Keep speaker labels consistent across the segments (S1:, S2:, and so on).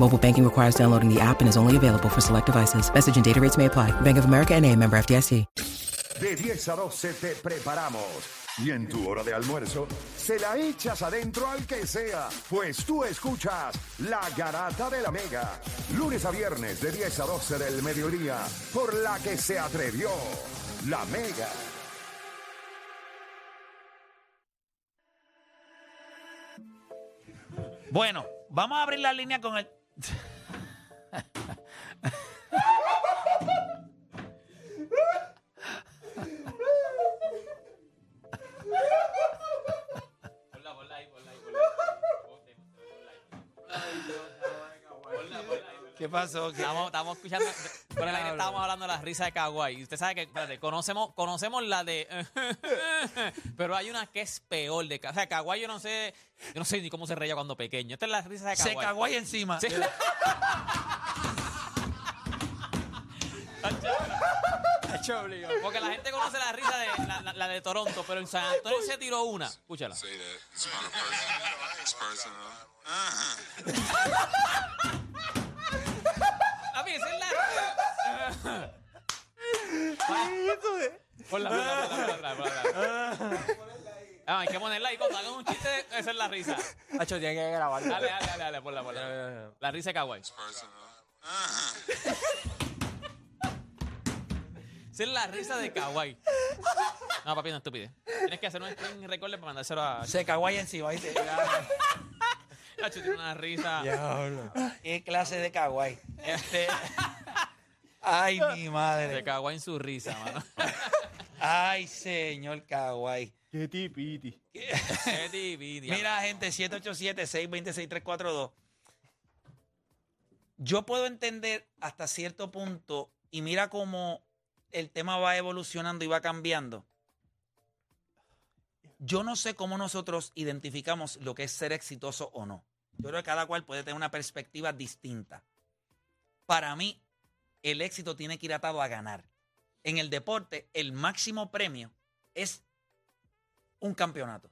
S1: Mobile banking requires downloading the app and is only available for select devices. Message and data rates may apply. Bank of America and a member FDIC.
S2: De 10 a 12 te preparamos. Y en tu hora de almuerzo, se la echas adentro al que sea, pues tú escuchas La Garata de la Mega. Lunes a viernes de 10 a 12 del mediodía, por la que se atrevió La Mega.
S3: Bueno, vamos a abrir la línea con el. ¿Qué pasó? ¿Qué?
S4: Estamos, estamos escuchando. Con el aire estábamos hablando de la risa de Kawaii. Usted sabe que, espérate, conocemos, conocemos la de. pero hay una que es peor de. O sea, Kawaii yo no sé. Yo no sé ni cómo se reía cuando pequeño. Esta es la risa de
S3: Se
S4: Kawaii.
S3: cagó ahí encima.
S4: Sí. Tacho, obligado. Porque la gente conoce la risa de la, la- la de Toronto, pero en San Antonio se tiró una. Escúchala.
S5: say that. It's not a person. It's personal.
S4: Papi, esa es la. Ponla, ponla, ponla, ponla, ponla, ponla. Ah, hay que ponerla ahí cuando hagan un chiste, esa es la risa.
S6: Nacho, tiene que grabar.
S4: Dale, dale, dale, dale, ponla, ponla. La risa de kawaii.
S5: Personal.
S4: Esa es la risa de kawaii. No, papi, no estupidez. Tienes que hacer un screen record para mandárselo a
S6: Se cagó ahí encima. ahí se-
S4: Chacho, tiene una risa.
S6: ¿Qué clase de kawaii? Este... Ay, mi
S4: De
S6: madre.
S4: kawaii en su risa, mano.
S6: Ay, señor kawaii.
S4: Qué dividi,
S6: Mira, gente, 787-626-342. Yo puedo entender hasta cierto punto, y mira cómo el tema va evolucionando y va cambiando. Yo no sé cómo nosotros identificamos lo que es ser exitoso o no. Yo creo que cada cual puede tener una perspectiva distinta. Para mí, el éxito tiene que ir atado a ganar. En el deporte, el máximo premio es un campeonato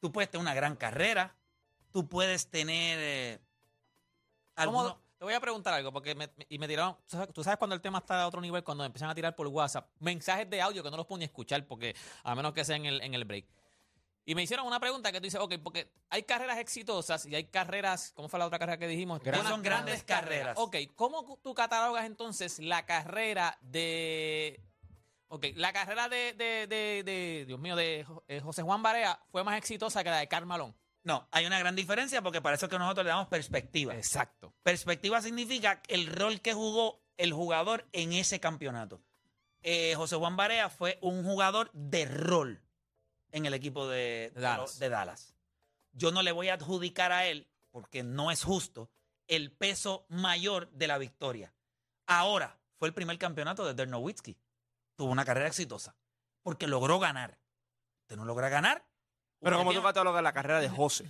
S6: tú puedes tener una gran carrera, tú puedes tener eh,
S4: ¿Cómo-
S6: alguno-
S4: te voy a preguntar algo, porque me, me- y me tiraron. ¿tú sabes, tú sabes cuando el tema está a otro nivel, cuando empiezan a tirar por WhatsApp mensajes de audio que no los puedo ni escuchar, porque a menos que sea en el, en el break. Y me hicieron una pregunta que tú dices, ok, porque hay carreras exitosas y hay carreras, ¿cómo fue la otra carrera que dijimos?
S6: Grandes-
S4: Unas
S6: son grandes carreras.
S4: Ok, ¿cómo cu- tú catalogas entonces la carrera de. Ok, la carrera de, de- de- de- Dios mío, de Jo- eh, José Juan Barea fue más exitosa que la de Karl Malone.
S6: No, hay una gran diferencia porque para eso es que nosotros le damos perspectiva.
S4: Exacto.
S6: Perspectiva significa el rol que jugó el jugador en ese campeonato. Eh, José Juan Barea fue un jugador de rol en el equipo de,
S4: De Dallas.
S6: de Dallas. Yo no le voy a adjudicar a él, porque no es justo, el peso mayor de la victoria. Ahora, fue el primer campeonato de Dirk Nowitzki. Tuvo una carrera exitosa, porque logró ganar. Usted no logra ganar. usted
S7: Pero como tú
S6: tiene-
S7: catalogas la carrera de José.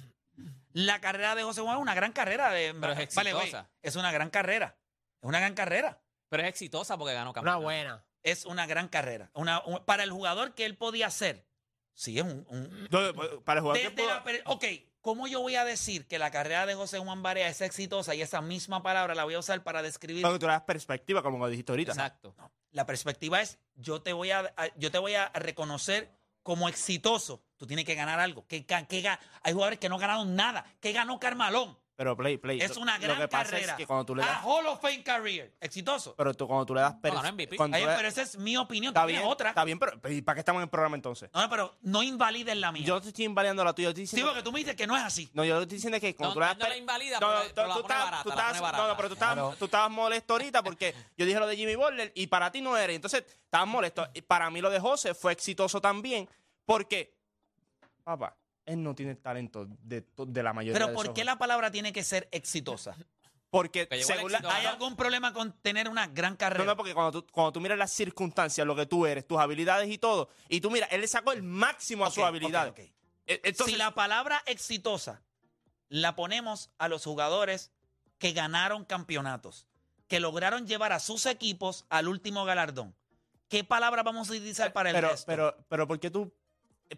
S6: la carrera de José Juan es una gran carrera. De,
S4: Pero es
S6: Vale, güey,
S4: exitosa.
S6: es una gran carrera. Es una gran carrera.
S4: Pero es exitosa porque ganó
S1: Una
S4: campeonato.
S1: buena.
S6: Es una gran carrera. Una- un- para el jugador que él podía ser. Sí, es un... un-
S7: Entonces, eh, pues, para jugar que
S6: Desde la per- ok, ¿cómo yo voy a decir que la carrera de José Juan Barea es exitosa y esa misma palabra la voy a usar para describir?
S7: para que tú le das perspectiva, como lo dijiste ahorita.
S4: Exacto.
S6: La perspectiva es, yo te voy a, a- yo te voy a reconocer como exitoso. Tú tienes que ganar algo. ¿Qué, ga- qué ga- hay jugadores que no ganaron nada. ¿Qué ganó Carmalón?
S7: Pero play, play.
S6: Es
S7: Lo-
S6: una gran
S7: Lo que pasa
S6: carrera. Ah,
S7: es que cuando tú le das.
S6: A Hall of Fame career. Exitoso.
S7: Pero tú, cuando tú le das. pers-
S4: ganó MVP.
S7: cuando tú
S6: Ay,
S7: le-
S6: pero esa es mi opinión.
S7: está
S6: Tú
S7: bien,
S6: tienes otra.
S7: Está bien, pero ¿y ¿para qué estamos en el programa entonces?
S6: No, pero no invalides la mía.
S7: Yo te estoy invalidando la tuya. Yo estoy
S6: sí,
S7: diciendo,
S6: porque tú me dices que no es así.
S7: no, yo te estoy diciendo que cuando
S4: No,
S7: tú le das.
S4: no la
S7: per-
S4: invalida,
S7: No,
S4: pero- pero
S7: no,
S4: la
S7: tú
S4: pone
S7: estabas-
S4: barata,
S7: tú
S4: la
S7: estabas-
S4: pone
S7: no, no,
S4: barata.
S7: pero tú estabas,
S6: Claro.
S7: tú estabas molesto ahorita porque yo dije lo de Jimmy Butler y para ti no era. Y Entonces, estabas molesto. Y para mí lo de José fue exitoso también porque, papá, él no tiene talento de, to- de la mayoría
S6: Pero
S7: de
S6: ¿por
S7: esos
S6: qué
S7: jóvenes.
S6: la palabra tiene que ser exitosa?
S7: Porque
S4: Que llegó al
S7: según la-
S4: éxito,
S6: ¿Hay
S4: ¿no?
S6: algún problema con tener una gran carrera?
S7: No, no, porque cuando tú, cuando tú miras las circunstancias, lo que tú eres, tus habilidades y todo, y tú miras, él le sacó el máximo a
S6: Ok,
S7: sus habilidades.
S6: ok, ok.
S7: E- Entonces,
S6: si la palabra exitosa la ponemos a los jugadores que ganaron campeonatos, que lograron llevar a sus equipos al último galardón, ¿qué palabra vamos a utilizar para el
S7: Eh, pero,
S6: resto?
S7: pero, pero, ¿por qué tú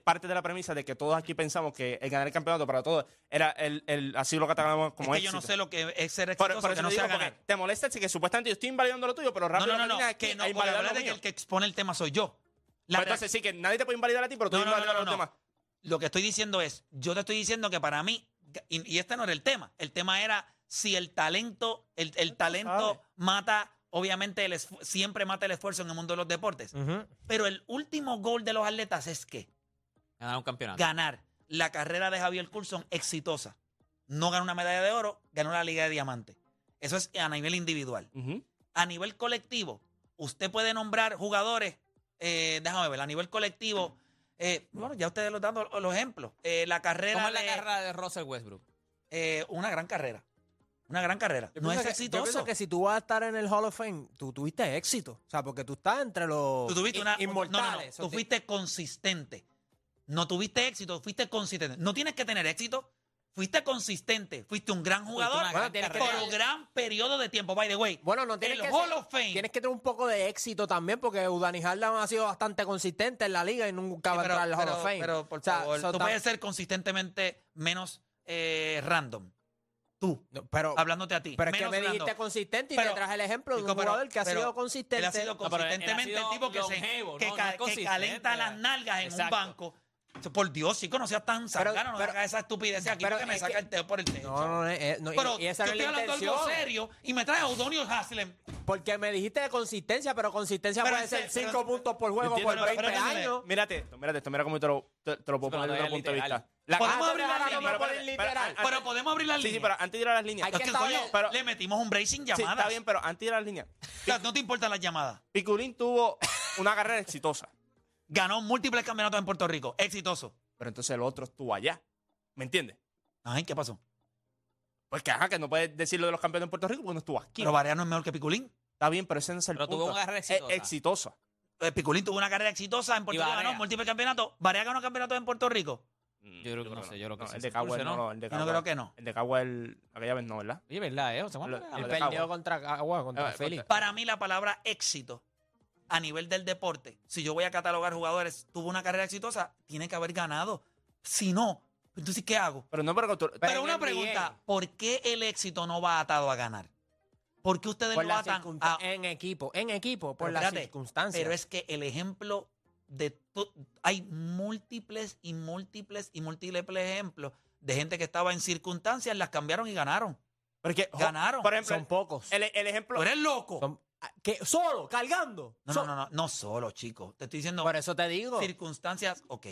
S7: parte de la premisa de que todos aquí pensamos que el ganar el campeonato para todos era el, el- así lo catalogamos como
S6: es que yo
S7: éxito?
S6: no sé lo que es ser
S7: Por-
S6: exitoso,
S7: por
S6: que
S7: eso
S6: no
S7: te digo,
S6: sea
S7: porque
S6: ganar.
S7: te molesta así que supuestamente yo estoy invalidando lo tuyo, pero
S6: No,
S7: rápido
S6: no,
S7: la
S6: no, no,
S7: línea es
S6: que no, porque
S7: hay invalidar lo
S6: acuérdate que
S7: mío.
S6: el que expone el tema soy yo. La
S7: Pues entonces sí, que nadie te puede invalidar a ti, pero tú
S6: No, no, no,
S7: invalidas a
S6: no,
S7: los
S6: no.
S7: demás.
S6: Lo que estoy diciendo es, yo te estoy diciendo que para mí, y, y este no era el tema, el tema era si el talento, el, el talento
S7: sabes.
S6: mata, obviamente el esfu- siempre mata el esfuerzo en el mundo de los deportes,
S7: Ujú.
S6: pero el último gol de los atletas es que
S4: Ganar un
S7: Ah.
S4: campeonato.
S6: ganar la carrera de Javier Coulson exitosa. No ganó una medalla de oro, ganó la Liga de Diamante. Eso es a nivel individual.
S7: Ujú.
S6: A nivel colectivo, usted puede nombrar jugadores, eh, déjame ver, a nivel colectivo, eh, bueno, ya ustedes los dando los ejemplos. Eh, la carrera
S4: ¿Cómo es la
S6: de-
S4: carrera de Russell Westbrook?
S6: eh, una gran carrera. Una gran carrera.
S8: Yo
S6: no es
S8: pienso que- Yo
S6: exitoso.
S8: pienso que si tú vas a estar en el Hall of Fame, tú tuviste éxito. O sea, porque tú estás entre los
S6: Tú tuviste una.
S8: in- inmortales.
S6: no, no, no. Tú fuiste consistente. No tuviste éxito, fuiste consistente. No tienes que tener éxito. Fuiste consistente. Fuiste un gran jugador
S4: una
S8: Bueno,
S4: gran
S8: tienes que
S6: por
S4: carrera.
S6: un gran periodo de tiempo. By the way,
S8: Bueno, no tienes
S6: el
S8: que
S6: Hall
S8: ser-
S6: of Fame.
S8: Tienes que tener un poco de éxito también, porque Udani Harlan ha sido bastante consistente en la liga y nunca va a entrar al Hall of Fame.
S6: pero, por
S8: O sea,
S6: favor,
S8: so
S6: tú
S8: tam-
S6: puedes ser consistentemente menos eh, random. Tú,
S8: No, pero,
S6: hablándote a ti.
S8: pero es que
S6: menos
S8: me dijiste
S6: random.
S8: consistente y
S6: Pero,
S8: te traje el ejemplo de un
S6: Chico, pero-
S8: jugador que ha
S6: pero
S8: sido
S6: Él
S8: consistente.
S6: ha sido
S4: pero él- él ha
S6: consistentemente
S4: sido
S6: el tipo que, se-
S4: longevo,
S6: que,
S4: no, no
S6: ca-
S4: es
S6: que
S4: consistente,
S6: calienta las nalgas en
S4: exacto.
S6: un banco. Por Dios, chico, no seas tan
S8: Pero-
S6: sangano, no
S8: pero-
S6: hagas esa estupidez aquí
S8: pero
S6: porque me
S8: es
S6: saca
S8: que-
S6: el teo por el techo.
S8: No, no, eh, eh, no, y-
S6: pero
S8: y esa
S6: yo
S8: no es
S6: estoy
S8: la
S6: hablando algo
S8: intención.
S6: serio y me trae a Odonio Haslem.
S8: Porque me dijiste de consistencia, pero consistencia
S6: Pero
S8: puede
S6: ese-
S8: ser 5
S6: pero-
S8: puntos por juego
S7: Entiendo,
S8: por
S7: pero-
S8: 20
S6: pero entiéndeme.
S8: años.
S7: Mírate esto, mírate esto, mira cómo te lo, te, te lo puedo
S4: pero
S7: poner
S4: no
S7: desde
S4: es
S7: otro punto de
S4: literal.
S7: vista. La-
S6: Podemos
S8: Ah,
S6: abrir
S8: pero
S6: la
S8: ahora
S6: línea,
S8: no me
S6: pero-
S8: ponen literal.
S7: Ah,
S6: Pero podemos abrir la
S7: Sí, sí,
S6: línea.
S7: pero antes de ir a las líneas.
S8: Hay
S6: Es
S8: que
S6: que,
S8: saber-
S6: coño,
S7: pero-
S6: le metimos un break sin
S7: Sí,
S6: llamadas.
S7: está bien, pero antes de ir a las líneas.
S6: O sea, no te importan las llamadas.
S7: Piculín tuvo una carrera exitosa,
S6: Ganó múltiples campeonatos en Puerto Rico. Exitoso.
S7: pero entonces el otro estuvo allá. ¿Me entiendes?
S6: Ay, ¿qué pasó?
S7: Pues que ajá, que no puedes decir lo de los campeones en Puerto Rico porque no estuvo aquí.
S6: Pero Barea no es mejor que Piculín.
S7: está bien, pero ese no es el
S4: Pero tuvo
S7: punto.
S4: una carrera
S7: Es
S4: exitosa.
S7: exitosa.
S6: Eh, Piculín tuvo una carrera exitosa en Puerto
S4: Y
S6: Rico, ganó
S4: Barea.
S6: múltiples campeonatos. Barea ganó campeonatos en Puerto Rico.
S4: Yo creo que no sé, yo creo que
S7: no,
S4: sí.
S7: El de Cagua
S4: Dulce,
S7: no,
S4: ¿no?
S7: no, el de
S6: Yo no
S7: Cagua.
S6: creo que no.
S7: El de Cagua, el- aquella vez no, ¿verdad?
S4: Oye, ¿verdad, eh? O sea,
S7: Lo-
S4: ¿cuándo era?
S7: el
S8: Él
S7: de
S8: perdió
S7: Cagua.
S8: contra Agua, contra
S7: Eh,
S8: Philly.
S7: contra-
S6: Para mí la palabra éxito a nivel del deporte, si yo voy a catalogar jugadores, tuvo una carrera exitosa, tiene que haber ganado. Si no, entonces ¿qué hago?
S7: Pero no, pero,
S6: Pero,
S8: en
S6: una
S8: NBA,
S6: pregunta, ¿por qué el éxito no va atado a ganar? ¿Por qué ustedes
S8: por
S6: lo
S8: la
S6: atan
S8: circunsta-
S6: a...
S8: En equipo, en equipo, por
S6: Pero
S8: las
S6: espérate,
S8: circunstancias.
S6: Pero es que el ejemplo de... to- Hay múltiples y múltiples y múltiples ejemplos de gente que estaba en circunstancias, las cambiaron y ganaron.
S7: porque,
S6: Ganaron.
S7: Por ejemplo,
S8: Son pocos.
S7: el, el ejemplo.
S6: Pero eres loco.
S8: Son- ah, que ¿Solo? ¿Cargando?
S6: No,
S8: So-
S6: no, no, no, no solo, chicos. Te estoy diciendo
S8: Por eso te digo.
S6: circunstancias, ok.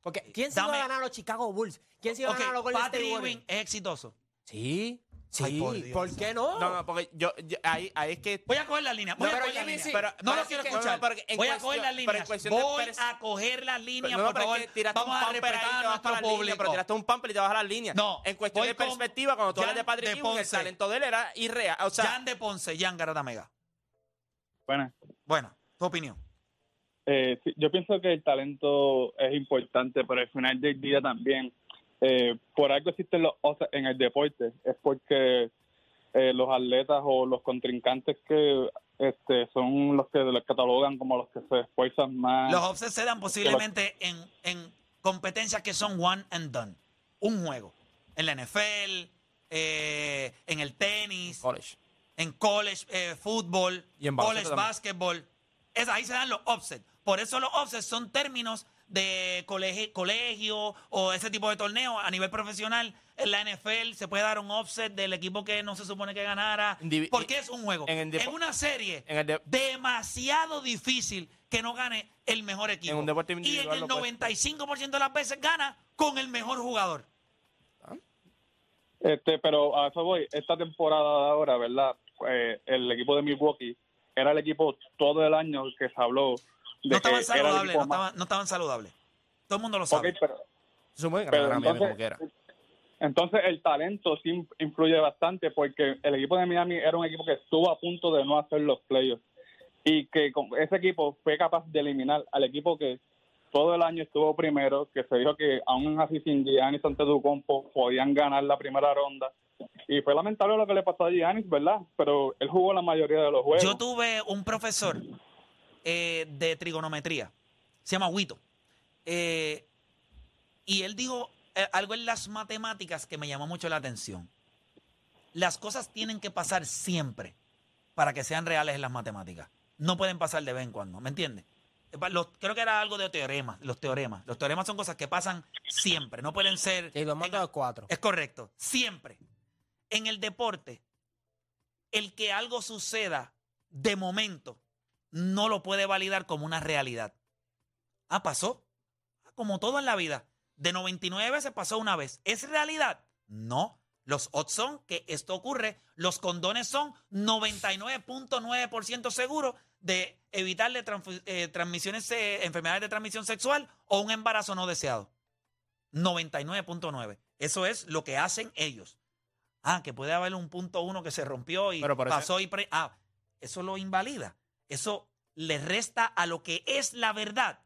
S8: Porque ¿quién se iba
S6: Dame-
S8: a ganar a los Chicago Bulls? ¿Quién se iba
S6: Ok,
S8: a ganar a los
S7: este
S8: Golden
S6: Patrick
S8: State
S6: Ewing
S8: Warriors?
S6: es exitoso.
S8: Sí, sí.
S6: Ay, por
S8: por,
S6: Dios.
S8: qué no?
S7: No, Pues, no, porque yo, yo- ahí, ahí es que.
S6: Voy a coger las líneas. Voy
S8: No,
S6: a
S8: pero
S6: coger las
S8: Jimmy,
S6: líneas.
S8: sí.
S7: Pero-
S6: no lo
S7: pero-
S6: quiero
S7: no,
S6: escuchar.
S7: no, porque en
S6: Voy a
S7: cuestión-
S6: coger las
S7: pero en
S6: líneas.
S7: cuestión de
S6: Voy
S7: pers-
S6: a coger las líneas,
S7: No,
S6: por
S7: pero
S6: favor.
S7: es que tiraste
S6: Vamos
S7: un
S6: a
S7: pumper ahí
S6: respetar
S7: y
S6: a
S7: te vas para
S6: nuestro
S7: las líneas, pero
S6: público.
S7: tiraste un pumper y te vas a las líneas.
S6: No,
S7: En cuestión
S6: voy
S7: de
S6: con
S7: perspectiva, cuando tú hablas
S6: Jan
S7: de Patrick
S6: de
S7: Ewing, el
S6: Ponce.
S7: talento de él era irreal. O sea,
S6: Jan de Ponce, Jan Garatamega.
S9: Bueno,
S6: Buena, tu opinión.
S9: eh, sí, yo pienso que el talento es importante, pero al final del día también, eh, por algo existen los osas en el deporte, es porque eh, los atletas o los contrincantes que este, son los que los catalogan como los que se esfuerzan
S7: Ah.
S9: más.
S6: Los offsets se dan posiblemente en, en competencias que son one and done. Un juego. En la NFL, eh, en el tenis,
S7: college.
S6: en college eh, fútbol,
S7: Oh. Y en
S6: college
S7: baloncesto también.
S6: basketball. Es, ahí se dan los offsets. Por eso los offsets son términos de colegi- colegio o ese tipo de torneo a nivel profesional en la NFL se puede dar un offset del equipo que no se supone que ganara.
S7: Indivi-
S6: porque es un juego.
S7: en el
S6: En,
S7: depo-
S6: una serie
S7: En el de-
S6: demasiado difícil que no gane el mejor equipo.
S7: En un deporte
S6: y en
S7: individual
S6: el
S7: lo puede-
S6: 95% de las veces gana con el mejor jugador.
S9: Este, pero a eso voy. Esta temporada de ahora, ¿verdad? Eh, el equipo de Milwaukee era el equipo todo el año que se habló. De
S6: No
S9: que
S6: estaban
S9: era el
S6: saludables,
S9: equipo
S6: no
S9: más-
S6: estaban, no estaban saludables. Todo el mundo lo
S9: Ok,
S6: sabe.
S9: pero-
S7: Se supone que
S9: Pero
S7: ganará Miami como
S9: entonces-
S7: quiera.
S9: Entonces el talento sí in- influye bastante porque el equipo de Miami era un equipo que estuvo a punto de no hacer los playoffs y que con ese equipo fue capaz de eliminar al equipo que todo el año estuvo primero, que se dijo que aún así sin Giannis Antetokounmpo podían ganar la primera ronda y fue lamentable lo que le pasó a Giannis, ¿verdad? Pero él jugó la mayoría de los juegos.
S6: Yo tuve un profesor eh, de trigonometría, se llama Huito, eh, y él dijo eh, algo en las matemáticas que me llamó mucho la atención. Las cosas tienen que pasar siempre para que sean reales en las matemáticas. No pueden pasar de vez en cuando, ¿me entiendes? Eh, pa- los- creo que era algo de teoremas, los teoremas. Los teoremas son cosas que pasan siempre, no pueden ser...
S4: Sí, dos más dos es cuatro.
S6: Es correcto. Siempre. En el deporte, el que algo suceda de momento no lo puede validar como una realidad. Ah, pasó. Ah, Como todo en la vida. De 99 veces pasó una vez. ¿Es realidad? No. Los odds son que esto ocurre. Los condones son 99.9% seguros de evitarle transfu- eh, transmisiones, eh, enfermedades de transmisión sexual o un embarazo no deseado. 99.9. Eso es lo que hacen ellos. Ah, que puede haber un punto uno que se rompió y
S7: Pero por eso-
S6: pasó y... pre- ah, eso lo invalida. Eso le resta a lo que es la verdad.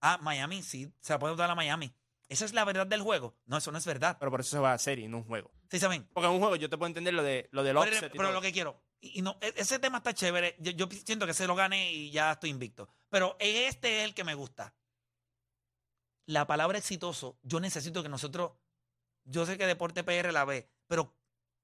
S6: Ah, Miami, sí, se la puede dar a Miami. Esa es la verdad del juego. No, eso no es verdad.
S7: Pero por eso se va a serie, no un juego.
S6: ¿Sí saben?
S7: Porque en un juego yo te puedo entender lo, de, lo del
S6: Pero,
S7: offset. y
S6: pero
S7: todo.
S6: lo que quiero, y y no, e- ese tema está chévere. Yo, yo siento que se lo gané y ya estoy invicto. Pero este es el que me gusta. La palabra exitoso, yo necesito que nosotros, yo sé que Deporte PR la ve, pero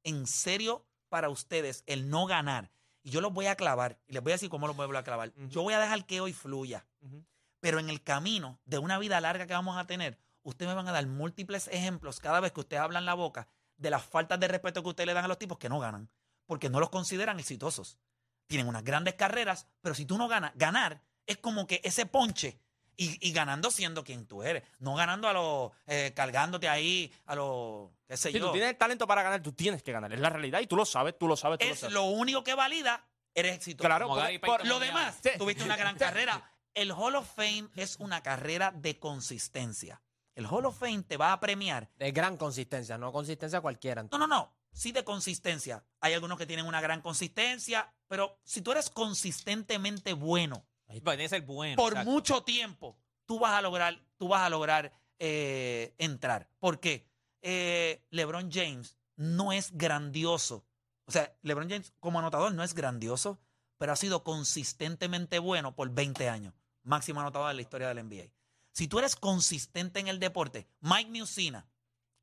S6: en serio, para ustedes, el no ganar, y yo los voy a clavar, y les voy a decir cómo los voy a clavar.
S7: Ujú.
S6: Yo voy a dejar que hoy fluya.
S7: Ujú.
S6: Pero en el camino de una vida larga que vamos a tener, ustedes me van a dar múltiples ejemplos cada vez que ustedes hablan la boca de las faltas de respeto que ustedes le dan a los tipos que no ganan, porque no los consideran exitosos. Tienen unas grandes carreras, pero si tú no ganas, ganar es como que ese ponche y, y ganando siendo quien tú eres, no ganando a los eh, cargándote ahí a los qué sé
S7: Si
S6: yo.
S7: tú tienes el talento para ganar, tú tienes que ganar. Es la realidad y tú lo sabes, tú lo sabes, tú lo
S6: es
S7: sabes.
S6: lo único que valida, eres exitoso.
S7: Claro,
S10: Como
S7: por-
S10: Gary
S7: por-
S10: Payton
S6: Lo
S10: Miami.
S6: demás,
S7: Sí.
S6: tuviste una gran carrera. El Hall of Fame es una carrera de consistencia. El Hall of Fame te va a premiar.
S4: De gran consistencia, no consistencia cualquiera.
S6: No, no, no. Sí de consistencia. Hay algunos que tienen una gran consistencia, pero si tú eres consistentemente bueno
S10: Bueno, tiene que ser bueno.
S6: por
S10: exacto.
S6: mucho tiempo, tú vas a lograr, tú vas a lograr eh, entrar. ¿Por qué? Eh, LeBron James no es grandioso. O sea, LeBron James como anotador no es grandioso, pero ha sido consistentemente bueno por 20 años. Máximo anotador de la historia del NBA. Si tú eres consistente en el deporte, Mike Musina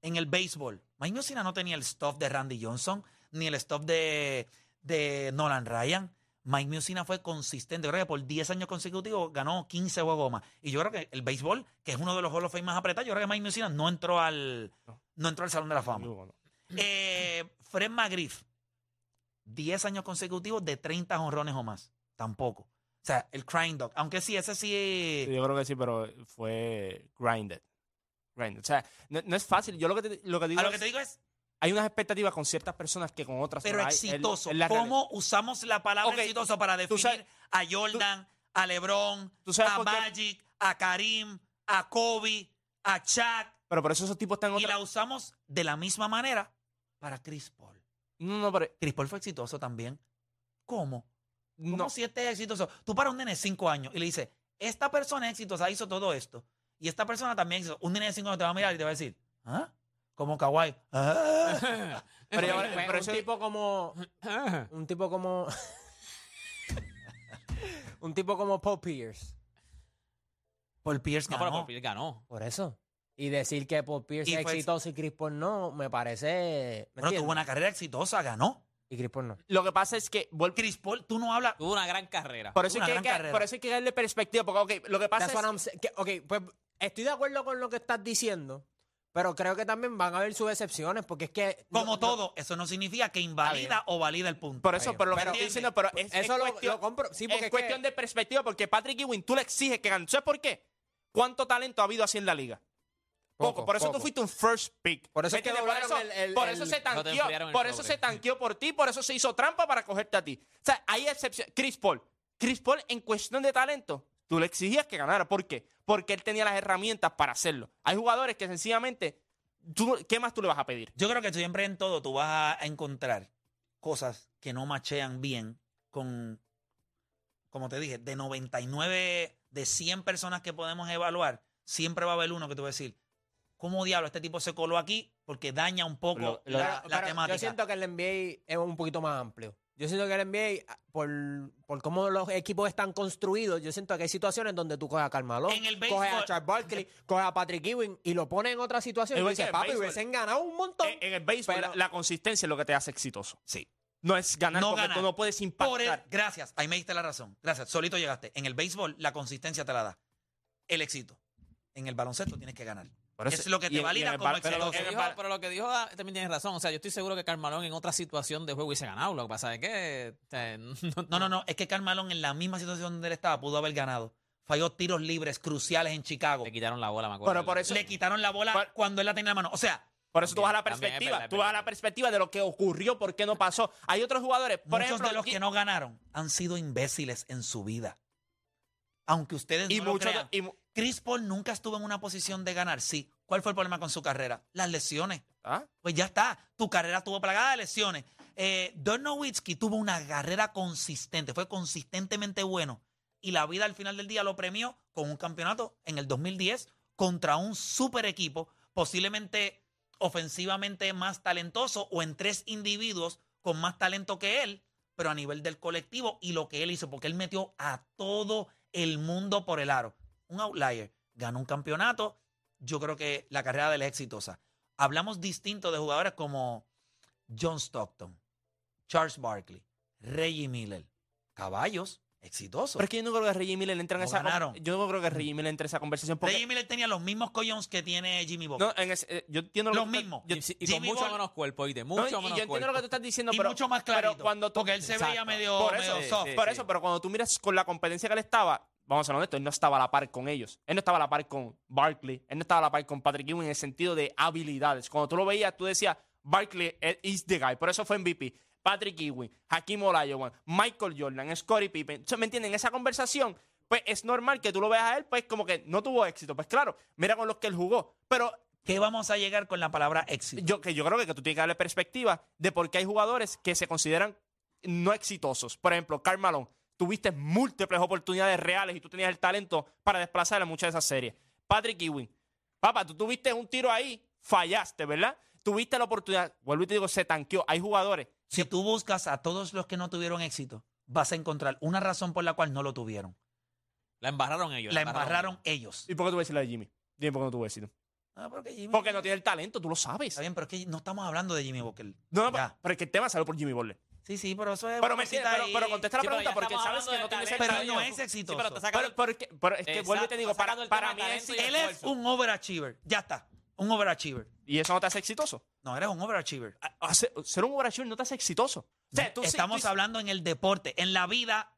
S6: en el béisbol, Mike Musina no tenía el stuff de Randy Johnson ni el stuff de, de Nolan Ryan. Mike Musina fue consistente. Yo creo que por 10 años consecutivos ganó 15 juegos más. Y yo creo que el béisbol, que es uno de los Hall of Fame más apretados, yo creo que Mike Musina no entró al, no entró al Salón de la Fama. Eh, Fred McGriff, 10 años consecutivos de 30 honrones o más. Tampoco. O sea, el Crying Dog. Aunque sí, ese sí.
S7: Yo creo que sí, pero fue grinded. Grinded. O sea, no, no es fácil. Yo lo que te, lo que digo,
S6: A lo
S7: es-
S6: que te digo es,
S7: hay unas expectativas con ciertas personas que con otras
S6: pero
S7: no hay. Es-
S6: exitoso.
S7: es la realidad.
S6: ¿Cómo usamos la palabra
S7: Ok,
S6: exitoso para
S7: tú
S6: definir
S7: sabes-
S6: a Jordan, a LeBron,
S7: tú sabes
S6: a
S7: por qué-
S6: Magic, a Karim, a Kobe, a Shaq?
S7: Pero por eso esos tipos están en
S6: Y
S7: otra.
S6: la usamos de la misma manera para Chris Paul.
S7: No, no, pero.
S6: Chris Paul fue exitoso también. ¿Cómo? ¿Cómo
S7: No.
S6: si este es exitoso? Tú para un nene de 5 años y le dices, esta persona es exitosa, hizo todo esto. Y esta persona también hizo. Un nene de 5 años te va a mirar y te va a decir, ¿ah? Como kawaii. Ah.
S7: Pero, yo-
S4: Pues,
S7: pero
S4: un
S7: eso-
S4: tipo como. Un tipo como. un tipo como Paul Pierce.
S6: Paul Pierce
S10: No,
S6: ganó.
S10: pero por fin ganó.
S4: Por eso. Y decir que Paul Pierce
S6: Y
S4: es
S6: fue ex-
S4: exitoso y Chris Paul no, me parece. ¿me
S6: Bueno,
S4: entiendes?
S6: tuvo una carrera exitosa, ganó.
S4: Y Chris Paul no.
S7: lo que pasa es que. vuelvo-
S6: Chris Paul, tú no hablas.
S10: Tuvo una gran carrera.
S7: Por eso,
S6: Una
S7: es que hay
S6: gran
S7: que,
S6: carrera.
S7: por eso hay que darle perspectiva. Porque, ok, lo que pasa
S4: That's what
S7: es.
S4: I'm saying. Que- ok, pues estoy de acuerdo con lo que estás diciendo, Pero creo que también van a haber sus excepciones, porque es que. no-
S6: Como
S4: no-
S6: todo, eso no significa que invalida o valida el punto.
S7: Por eso,
S6: Ahí va.
S7: pero lo que
S6: ¿Me
S7: estoy
S6: entiendes?
S7: diciendo, pero es,
S4: eso
S7: es
S4: lo-
S7: cuestión,
S4: lo compro. Sí, porque
S7: es
S4: es
S7: cuestión
S4: que-
S7: de perspectiva, porque Patrick Ewing, tú le exiges que gane. ¿Sabes por qué? ¿Cuánto talento ha habido así en la liga? Poco.
S4: Poco,
S7: por eso
S4: poco.
S7: tú fuiste un first pick.
S4: Por eso
S7: ¿Me
S4: es que
S7: entiendes? por eso,
S4: doblaron el- el-
S7: por eso
S4: el-
S7: se
S11: No te
S7: tanqueó.
S11: enfriaron el
S7: Por eso
S11: sobre.
S7: se tanqueó por ti, por eso se hizo trampa para cogerte a ti. O sea, hay excepciones. Chris Paul. Chris Paul, en cuestión de talento, tú le exigías que ganara. ¿Por qué? Porque él tenía las herramientas para hacerlo. Hay jugadores que sencillamente. tú- ¿Qué más tú le vas a pedir?
S6: Yo creo que siempre en todo tú vas a encontrar cosas que no machean bien con, como te dije, de 99, de 100 personas que podemos evaluar, siempre va a haber uno que tú vas a decir, ¿cómo diablo este tipo se coló aquí? Porque daña un poco
S11: Lo-
S6: la, la
S4: Pero- pero
S6: temática.
S4: Yo siento que el NBA es un poquito más amplio. Yo siento que el NBA, ah, por, por cómo los equipos están construidos, yo siento que hay situaciones donde tú coges a Carmelo,
S6: En el
S4: coges a
S6: béisbol-
S4: Charles Barkley, coges a Patrick Ewing y lo pones en otra situación. Y
S7: Igual que
S4: dices,
S7: en
S4: papi,
S7: béisbol.
S4: hubiesen ganado un montón.
S6: Eh,
S7: En, en el béisbol,
S4: Pero-
S7: la, la consistencia es lo que te hace exitoso.
S6: Sí.
S7: No es ganar
S6: No
S7: porque
S6: ganar.
S7: tú no puedes impactar.
S6: Por el- gracias, ahí me diste la razón. Gracias, solito llegaste. En el béisbol la consistencia te la da. El éxito. En el baloncesto tienes que ganar.
S7: Por eso-
S6: es lo que
S7: y
S6: te
S7: en- y en
S6: valida
S7: el
S6: como
S7: ba- pero lo
S11: Pero
S6: exitoso.
S7: que
S11: lo que dijo- pero lo que dijo ah, también tienes razón. O sea, yo estoy seguro que Carmalón en otra situación de juego hubiese ganado. Lo que pasa es que. eh, o sea, no-
S6: No, no, no. Es que Carmalón en la misma situación donde él estaba pudo haber ganado. Falló tiros libres cruciales en Chicago.
S11: Le quitaron la bola, me acuerdo.
S7: Pero por eso,
S6: Le quitaron la bola
S7: Por-
S6: cuando él la tenía en la mano. O sea,
S7: por eso tú vas a la
S11: También es
S7: perspectiva.
S11: verdad, es
S7: tú vas a la
S11: verdad.
S7: perspectiva de lo que ocurrió, por qué no pasó. Hay otros jugadores, por
S6: muchos
S7: ejemplo,
S6: de los que no ganaron han sido imbéciles en su vida. Aunque ustedes
S7: y
S6: no lo
S7: muchos
S6: crean.
S7: de- y mu-
S6: Chris Paul nunca estuvo en una posición de ganar. Sí. ¿Cuál fue el problema con su carrera? Las lesiones.
S7: ¿Ah?
S6: Pues ya está. Tu carrera estuvo plagada de lesiones. Eh, Dirk Nowitzki tuvo una carrera consistente, fue consistentemente bueno. Y la vida al final del día lo premió con un campeonato en el 2010 contra un super equipo, posiblemente ofensivamente más talentoso o en tres individuos con más talento que él, pero a nivel del colectivo y lo que él hizo, porque él metió a todo el mundo por el aro. Un outlier, ganó un campeonato, yo creo que la carrera de él es exitosa hablamos distinto de jugadores como John Stockton, Charles Barkley, Reggie Miller. Caballos, exitosos.
S7: Pero es que yo no creo que Reggie Miller entre en
S6: No
S7: esa con-
S6: ganaron.
S7: Yo no creo que Reggie Miller entre en esa conversación. Porque,
S6: Reggie Miller tenía los mismos collones que tiene Jimmy Butler.
S7: no, en ese- eh, yo entiendo lo
S6: Los
S7: que tú estás-
S6: mismos.
S7: yo-
S11: Y, y con
S6: Jimmy
S11: mucho
S6: Ball-
S11: menos cuerpo, ¿oíste?
S7: no, y-
S11: Mucho
S7: y
S11: menos
S7: yo entiendo lo que tú
S11: cuerpo.
S7: estás diciendo,
S6: y
S7: pero,
S6: mucho más
S7: pero
S6: clarito.
S7: cuando tú-
S6: porque él se
S7: Exacto.
S6: veía medio,
S7: Por
S6: medio
S7: eso,
S6: soft.
S11: sí,
S7: por
S11: sí.
S7: eso, pero cuando tú miras con la competencia que él estaba, vamos a ser honestos, él no estaba a la par con ellos. Él no estaba a la par con Barkley, él no estaba a la par con Patrick Ewing en el sentido de habilidades. Cuando tú lo veías, tú decías, Barkley eh, is the guy, por eso fue MVP. Patrick Ewing, Hakim Olajuwon, Michael Jordan, Scottie Pippen. Entonces, ¿Me entienden? Esa conversación, pues es normal que tú lo veas a él, pues como que no tuvo éxito. Pues claro, mira con los que él jugó. Pero
S6: ¿Qué vamos a llegar con la palabra éxito?
S7: yo, que yo creo que tú tienes que darle perspectiva de por qué hay jugadores que se consideran no exitosos. Por ejemplo, Karl Malone, tuviste múltiples oportunidades reales y tú tenías el talento para desplazar a muchas de esas series. Patrick Ewing, papá, tú tuviste un tiro ahí, fallaste, ¿verdad? Tuviste la oportunidad, vuelvo y te digo, se tanqueó. Hay jugadores.
S6: Si tú buscas a todos los que no tuvieron éxito, vas a encontrar una razón por la cual no lo tuvieron.
S11: La embarraron ellos.
S6: La embarraron ellos.
S7: ¿Y por qué tú vas a decir la de Jimmy? Dime por qué no tú vas a decir.
S6: Ah, pero que Jimmy-
S7: Porque no tiene el talento, tú lo sabes.
S6: Está bien, pero es que no estamos hablando de Jimmy Booker.
S7: No, no,
S6: Ya.
S7: pero es que el tema salió por Jimmy Butler.
S6: Sí, sí, pero eso es.
S7: Pero,
S6: una
S7: me entiendes,
S6: cosita
S7: pero,
S6: ahí.
S7: pero contesta la
S11: Sí, pero
S7: pregunta
S11: ya
S7: porque
S11: estamos
S7: sabes que no
S11: hablando de
S7: tienes el
S6: Pero
S7: talento.
S6: él no es exitoso.
S11: pero te saca-
S7: Pero, pero es que- pero es que
S11: Exacto,
S7: vuelvo y te digo,
S11: está
S7: para,
S11: sacando el
S7: para
S11: tema
S7: mí
S11: del
S7: es
S11: talento y
S6: Él es un overachiever. Ya está. Un overachiever.
S7: Y eso no te hace exitoso.
S6: No, eres un overachiever.
S7: A- a Ser ser un overachiever no te hace exitoso. O sea, tú sí-
S6: Estamos
S7: tú-
S6: hablando en el deporte. En la vida,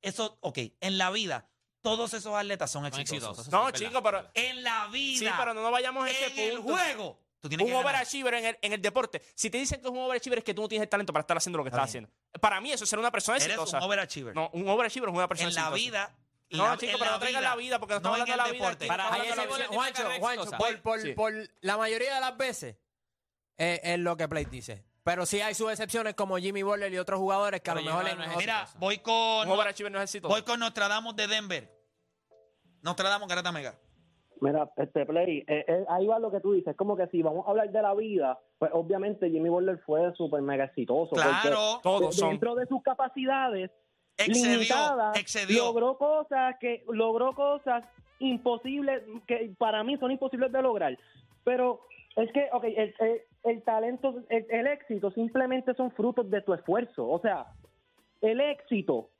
S6: eso, ok, en la vida, todos esos atletas son
S11: Son
S6: exitosos.
S11: exitosos.
S7: No,
S11: Es verdad.
S7: chico, pero.
S6: En la vida.
S7: Sí, pero no nos vayamos a ese
S6: en el
S7: punto.
S6: juego. Tú tienes
S7: Un
S6: que ganar.
S7: overachiever en el, en el deporte. Si te dicen que es un overachiever es que tú no tienes el talento para estar haciendo lo que
S6: Está
S7: estás
S6: bien.
S7: haciendo. Para mí eso es ser una persona
S6: Eres
S7: exitosa.
S6: un overachiever.
S7: no, un overachiever es una persona
S6: en la
S7: exitosa.
S6: vida.
S7: No,
S6: la-
S7: chico,
S6: en
S7: pero no traigas la vida, porque no estamos
S6: en
S7: hablando
S6: el
S7: de la vida
S6: deporte.
S7: aquí,
S6: Para-
S7: estamos
S4: Ahí
S7: Ahora
S4: es
S7: hablando
S4: el-
S7: de la
S11: visión
S4: Juancho,
S11: de
S4: Juancho,
S11: Carrera
S4: por, por-
S7: Sí.
S4: por la mayoría de las veces eh, es, lo que Play dice. Pero sí hay sus excepciones como Jimmy Butler y otros jugadores que a
S11: Pero
S4: lo mejor...
S11: Jimmy Butler
S4: en-
S11: no es
S6: Mira,
S11: exitoso.
S6: voy con,
S7: Un overachiever no es exitoso.
S6: voy con Nostradamus de Denver. Nostradamus, Garata Mega.
S12: Mira, este Play, eh, eh, ahí va lo que tú dices, como que si vamos a hablar de la vida, pues obviamente Jimmy Butler fue súper mega exitoso. porque
S6: Claro.
S7: Todos son.
S12: Dentro de sus capacidades
S6: Excedió.
S12: limitadas,
S6: Excedió.
S12: logró cosas que logró cosas imposibles que para mí son imposibles de lograr. Pero es que, ok, el, el- el talento, el, el éxito simplemente son frutos de tu esfuerzo. O sea, el éxito,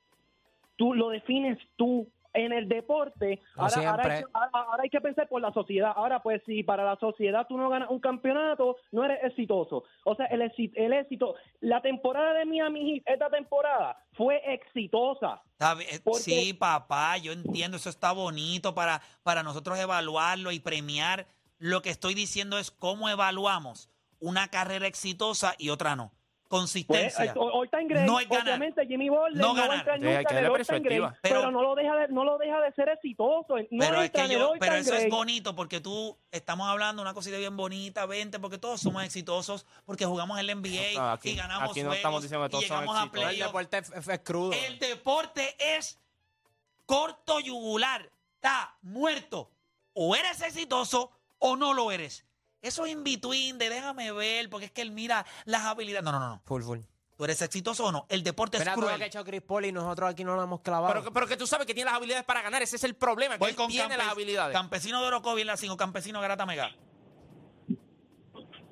S12: tú lo defines tú en el deporte,
S8: Como
S12: ahora, ahora hay, que-
S8: siempre.
S12: ahora- ahora hay que pensar por la sociedad. Ahora, pues, si para la sociedad tú no ganas un campeonato, no eres exitoso. O sea, el, exi- el éxito, la temporada de Miami Heat, esta temporada, fue exitosa.
S6: Está bi- eh,
S12: Porque-
S6: Sí, papá, yo entiendo, eso está bonito para, para nosotros evaluarlo y premiar. Lo que estoy diciendo es cómo evaluamos una carrera exitosa y otra no.
S12: Pues,
S6: Consistencia.
S12: eh, All-Time Great,
S6: No es ganar.
S12: obviamente Jimmy Butler
S6: No
S12: no, va a
S6: ganar.
S12: entrar
S7: Sí, hay
S12: nunca
S7: que
S12: en el
S7: darle
S12: All-Time Great,
S7: perspectiva.
S12: pero,
S6: Pero-
S12: no, lo deja de, no lo deja de ser exitoso. No
S6: pero es
S12: entra
S6: que
S12: en el
S6: yo, pero
S12: All-Time
S6: eso es
S12: Great.
S6: bonito porque tú estamos hablando una cosita bien bonita, 20, porque todos somos exitosos, porque jugamos el NBA
S7: No, Ah, aquí-
S6: y ganamos
S7: aquí no estamos
S6: juegos
S7: diciendo que todos
S6: y
S7: son
S6: llegamos a
S7: exitosos.
S8: El
S6: playoffs.
S8: deporte es, es- es crudo.
S6: El deporte es corto yugular, está muerto. O eres exitoso o no lo eres. Eso es in between de déjame ver, porque es que él mira las habilidades. No, no, no, no.
S8: Full, full.
S6: Tú eres exitoso o no. El deporte
S8: Mira
S6: es
S8: todo lo
S6: cruel.
S8: que ha hecho Chris Paul y nosotros aquí no lo hemos clavado.
S7: Pero, que- pero que tú sabes que tiene las habilidades para ganar. Ese es el problema. Que
S6: Voy
S7: él
S6: con
S7: tiene
S6: Campe-
S7: las habilidades.
S6: Campesino de Orocovi en la 5, Campesino Garata Mega.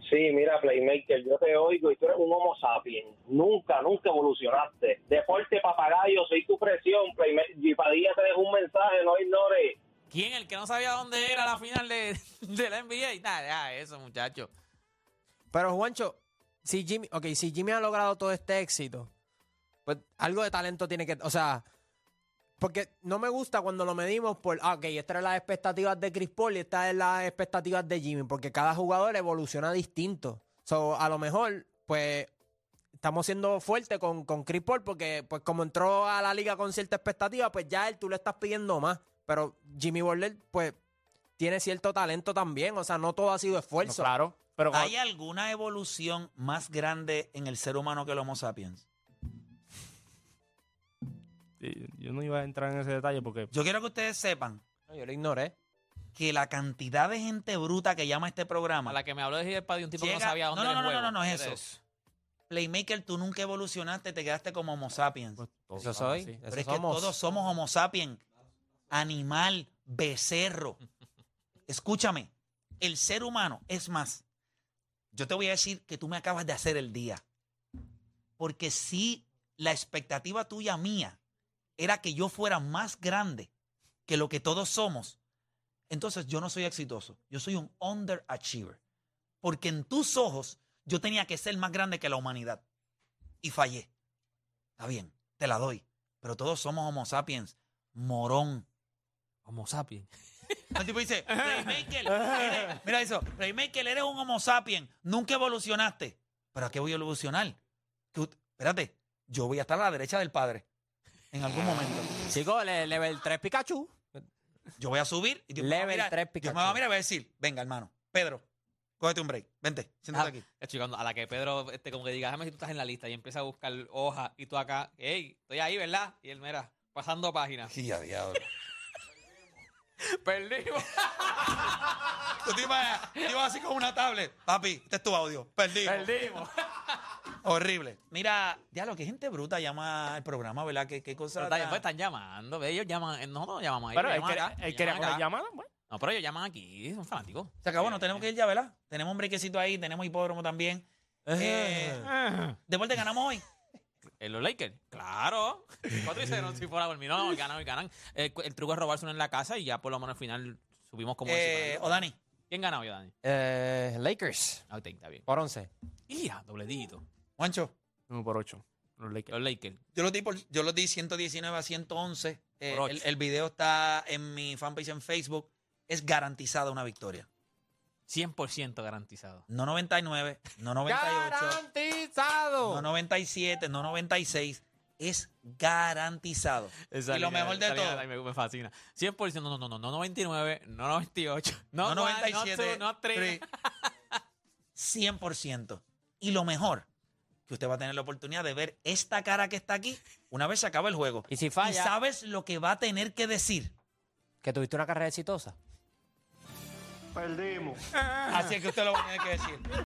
S13: Sí, mira, Playmaker, yo te oigo y tú eres un homo sapiens. Nunca, nunca evolucionaste. Deporte papagayo, soy tu presión. Playmaker, Gipadilla te dejo un mensaje, no ignores.
S4: ¿Quién? El que no sabía dónde era la final de, de la NBA. Nada, deja eso, muchacho.
S8: Pero Juancho, si Jimmy, ok, si Jimmy ha logrado todo este éxito, pues algo de talento tiene que, o sea, porque no me gusta cuando lo medimos por, ah, ok, estas eran las expectativas de Chris Paul y estas eran las expectativas de Jimmy, porque cada jugador evoluciona distinto. So, a lo mejor, pues, estamos siendo fuertes con, con Chris Paul porque, pues, como entró a la liga con cierta expectativa, pues ya él tú le estás pidiendo más. Pero Jimmy Butler, pues, tiene cierto talento también. O sea, no todo ha sido
S7: No,
S8: esfuerzo.
S7: claro. Pero cuando-
S6: ¿Hay alguna evolución más grande en el ser humano que el Homo sapiens?
S7: Sí, yo no iba a entrar en ese detalle porque
S6: Yo quiero que ustedes sepan
S8: No, Yo lo ignoré.
S6: que la cantidad de gente bruta que llama a este programa
S4: A la que me habló de Gidepa de un tipo que no
S6: Llega-
S4: sabía dónde
S6: no, no,
S4: era el
S6: no, no,
S4: juego.
S6: no, no es
S4: Era
S6: eso. Playmaker, tú nunca evolucionaste, te quedaste como Homo sapiens.
S7: Todos
S8: Eso
S7: somos
S8: soy.
S7: así.
S8: Eso
S6: Pero es
S8: somos.
S6: que todos somos Homo sapiens. Animal, becerro. Escúchame, el ser humano, es más, yo te voy a decir que tú me acabas de hacer el día. Porque si la expectativa tuya mía era que yo fuera más grande que lo que todos somos, entonces yo no soy exitoso. Yo soy un underachiever. Porque en tus ojos yo tenía que ser más grande que la humanidad. Y fallé. Está bien, te la doy. Pero todos somos homo sapiens. Morón.
S4: Homo sapiens.
S6: El tipo dice, Playmaker, eres- mira eso, Playmaker, eres un homo sapiens, nunca evolucionaste. ¿Pero a qué voy a evolucionar? Que ut- espérate, yo voy a estar a la derecha del padre en algún momento.
S8: Chico, le- level 3 Pikachu.
S6: Yo voy a subir y Dios me va a
S8: Level
S6: mirar,
S8: tres
S6: Dios
S8: Pikachu.
S6: me va a mirar y va a decir, venga, hermano, Pedro, cógete un break, vente, siéntate
S4: Ah,
S6: aquí.
S4: hecho, cuando- a la que Pedro, este, como que diga, déjame si tú estás en la lista y empieza a buscar hojas y tú acá, hey, estoy ahí, ¿verdad? Y él, mira, pasando páginas.
S6: Sí, a diablo.
S4: Perdimos.
S6: Tú te ibas, te ibas así con una tablet. Papi, este es tu audio. Perdimos.
S4: Perdimos.
S6: Horrible. Mira, ya lo que gente bruta llama al programa, ¿verdad? ¿Qué, qué cosa?
S4: Pero está bien,
S6: tan-
S4: pues están llamando, ve, ellos llaman, eh, nosotros no llamamos ahí.
S7: Pero
S4: ellos
S7: él
S4: llaman
S7: quería,
S4: acá,
S7: él
S4: ellos
S7: quería
S4: llaman
S7: que lo
S4: acá.
S7: llamaran. bueno.
S4: No, pero ellos llaman aquí, son fanáticos.
S6: Se acabó, no tenemos que ir ya, ¿verdad? Tenemos un brequecito ahí, tenemos hipódromo también. Eh, Deporte ganamos hoy.
S4: ¿En los Lakers? Claro. 4 y 0 si fuera por mí. No, ganan y ganan. El, cu- el truco es robarse uno en la casa y ya por lo menos al final subimos como...
S6: Eh,
S4: encima.
S6: o Dani,
S4: ¿Quién ganó yo, Dani?
S8: Eh, Lakers.
S4: Ah, ok, está bien.
S8: Por 11.
S4: ¡Ya! Doble dígito.
S6: Juancho,
S7: Uno por ocho. Los Lakers.
S4: Los Lakers.
S6: yo los di, por, yo los di 119 a 111. Eh,
S4: Por ocho.
S6: el, el video está en mi fanpage en Facebook. Es garantizada una victoria.
S4: 100% garantizado.
S6: No 99, no 98,
S8: ¡Garantizado!
S6: no 97, no 96. Es garantizado. y lo mejor de todo,
S4: Me, me fascina. 100%, no, no, no, no 99, no 98, no,
S6: no
S4: 97,
S6: 97,
S4: no 3.
S6: 100%. Y lo mejor, que usted va a tener la oportunidad de ver esta cara que está aquí una vez se acaba el juego.
S8: Y si
S6: Y
S8: falla,
S6: sabes lo que va a tener que decir.
S8: que tuviste una carrera exitosa.
S6: Así es que usted lo va a tener que decir.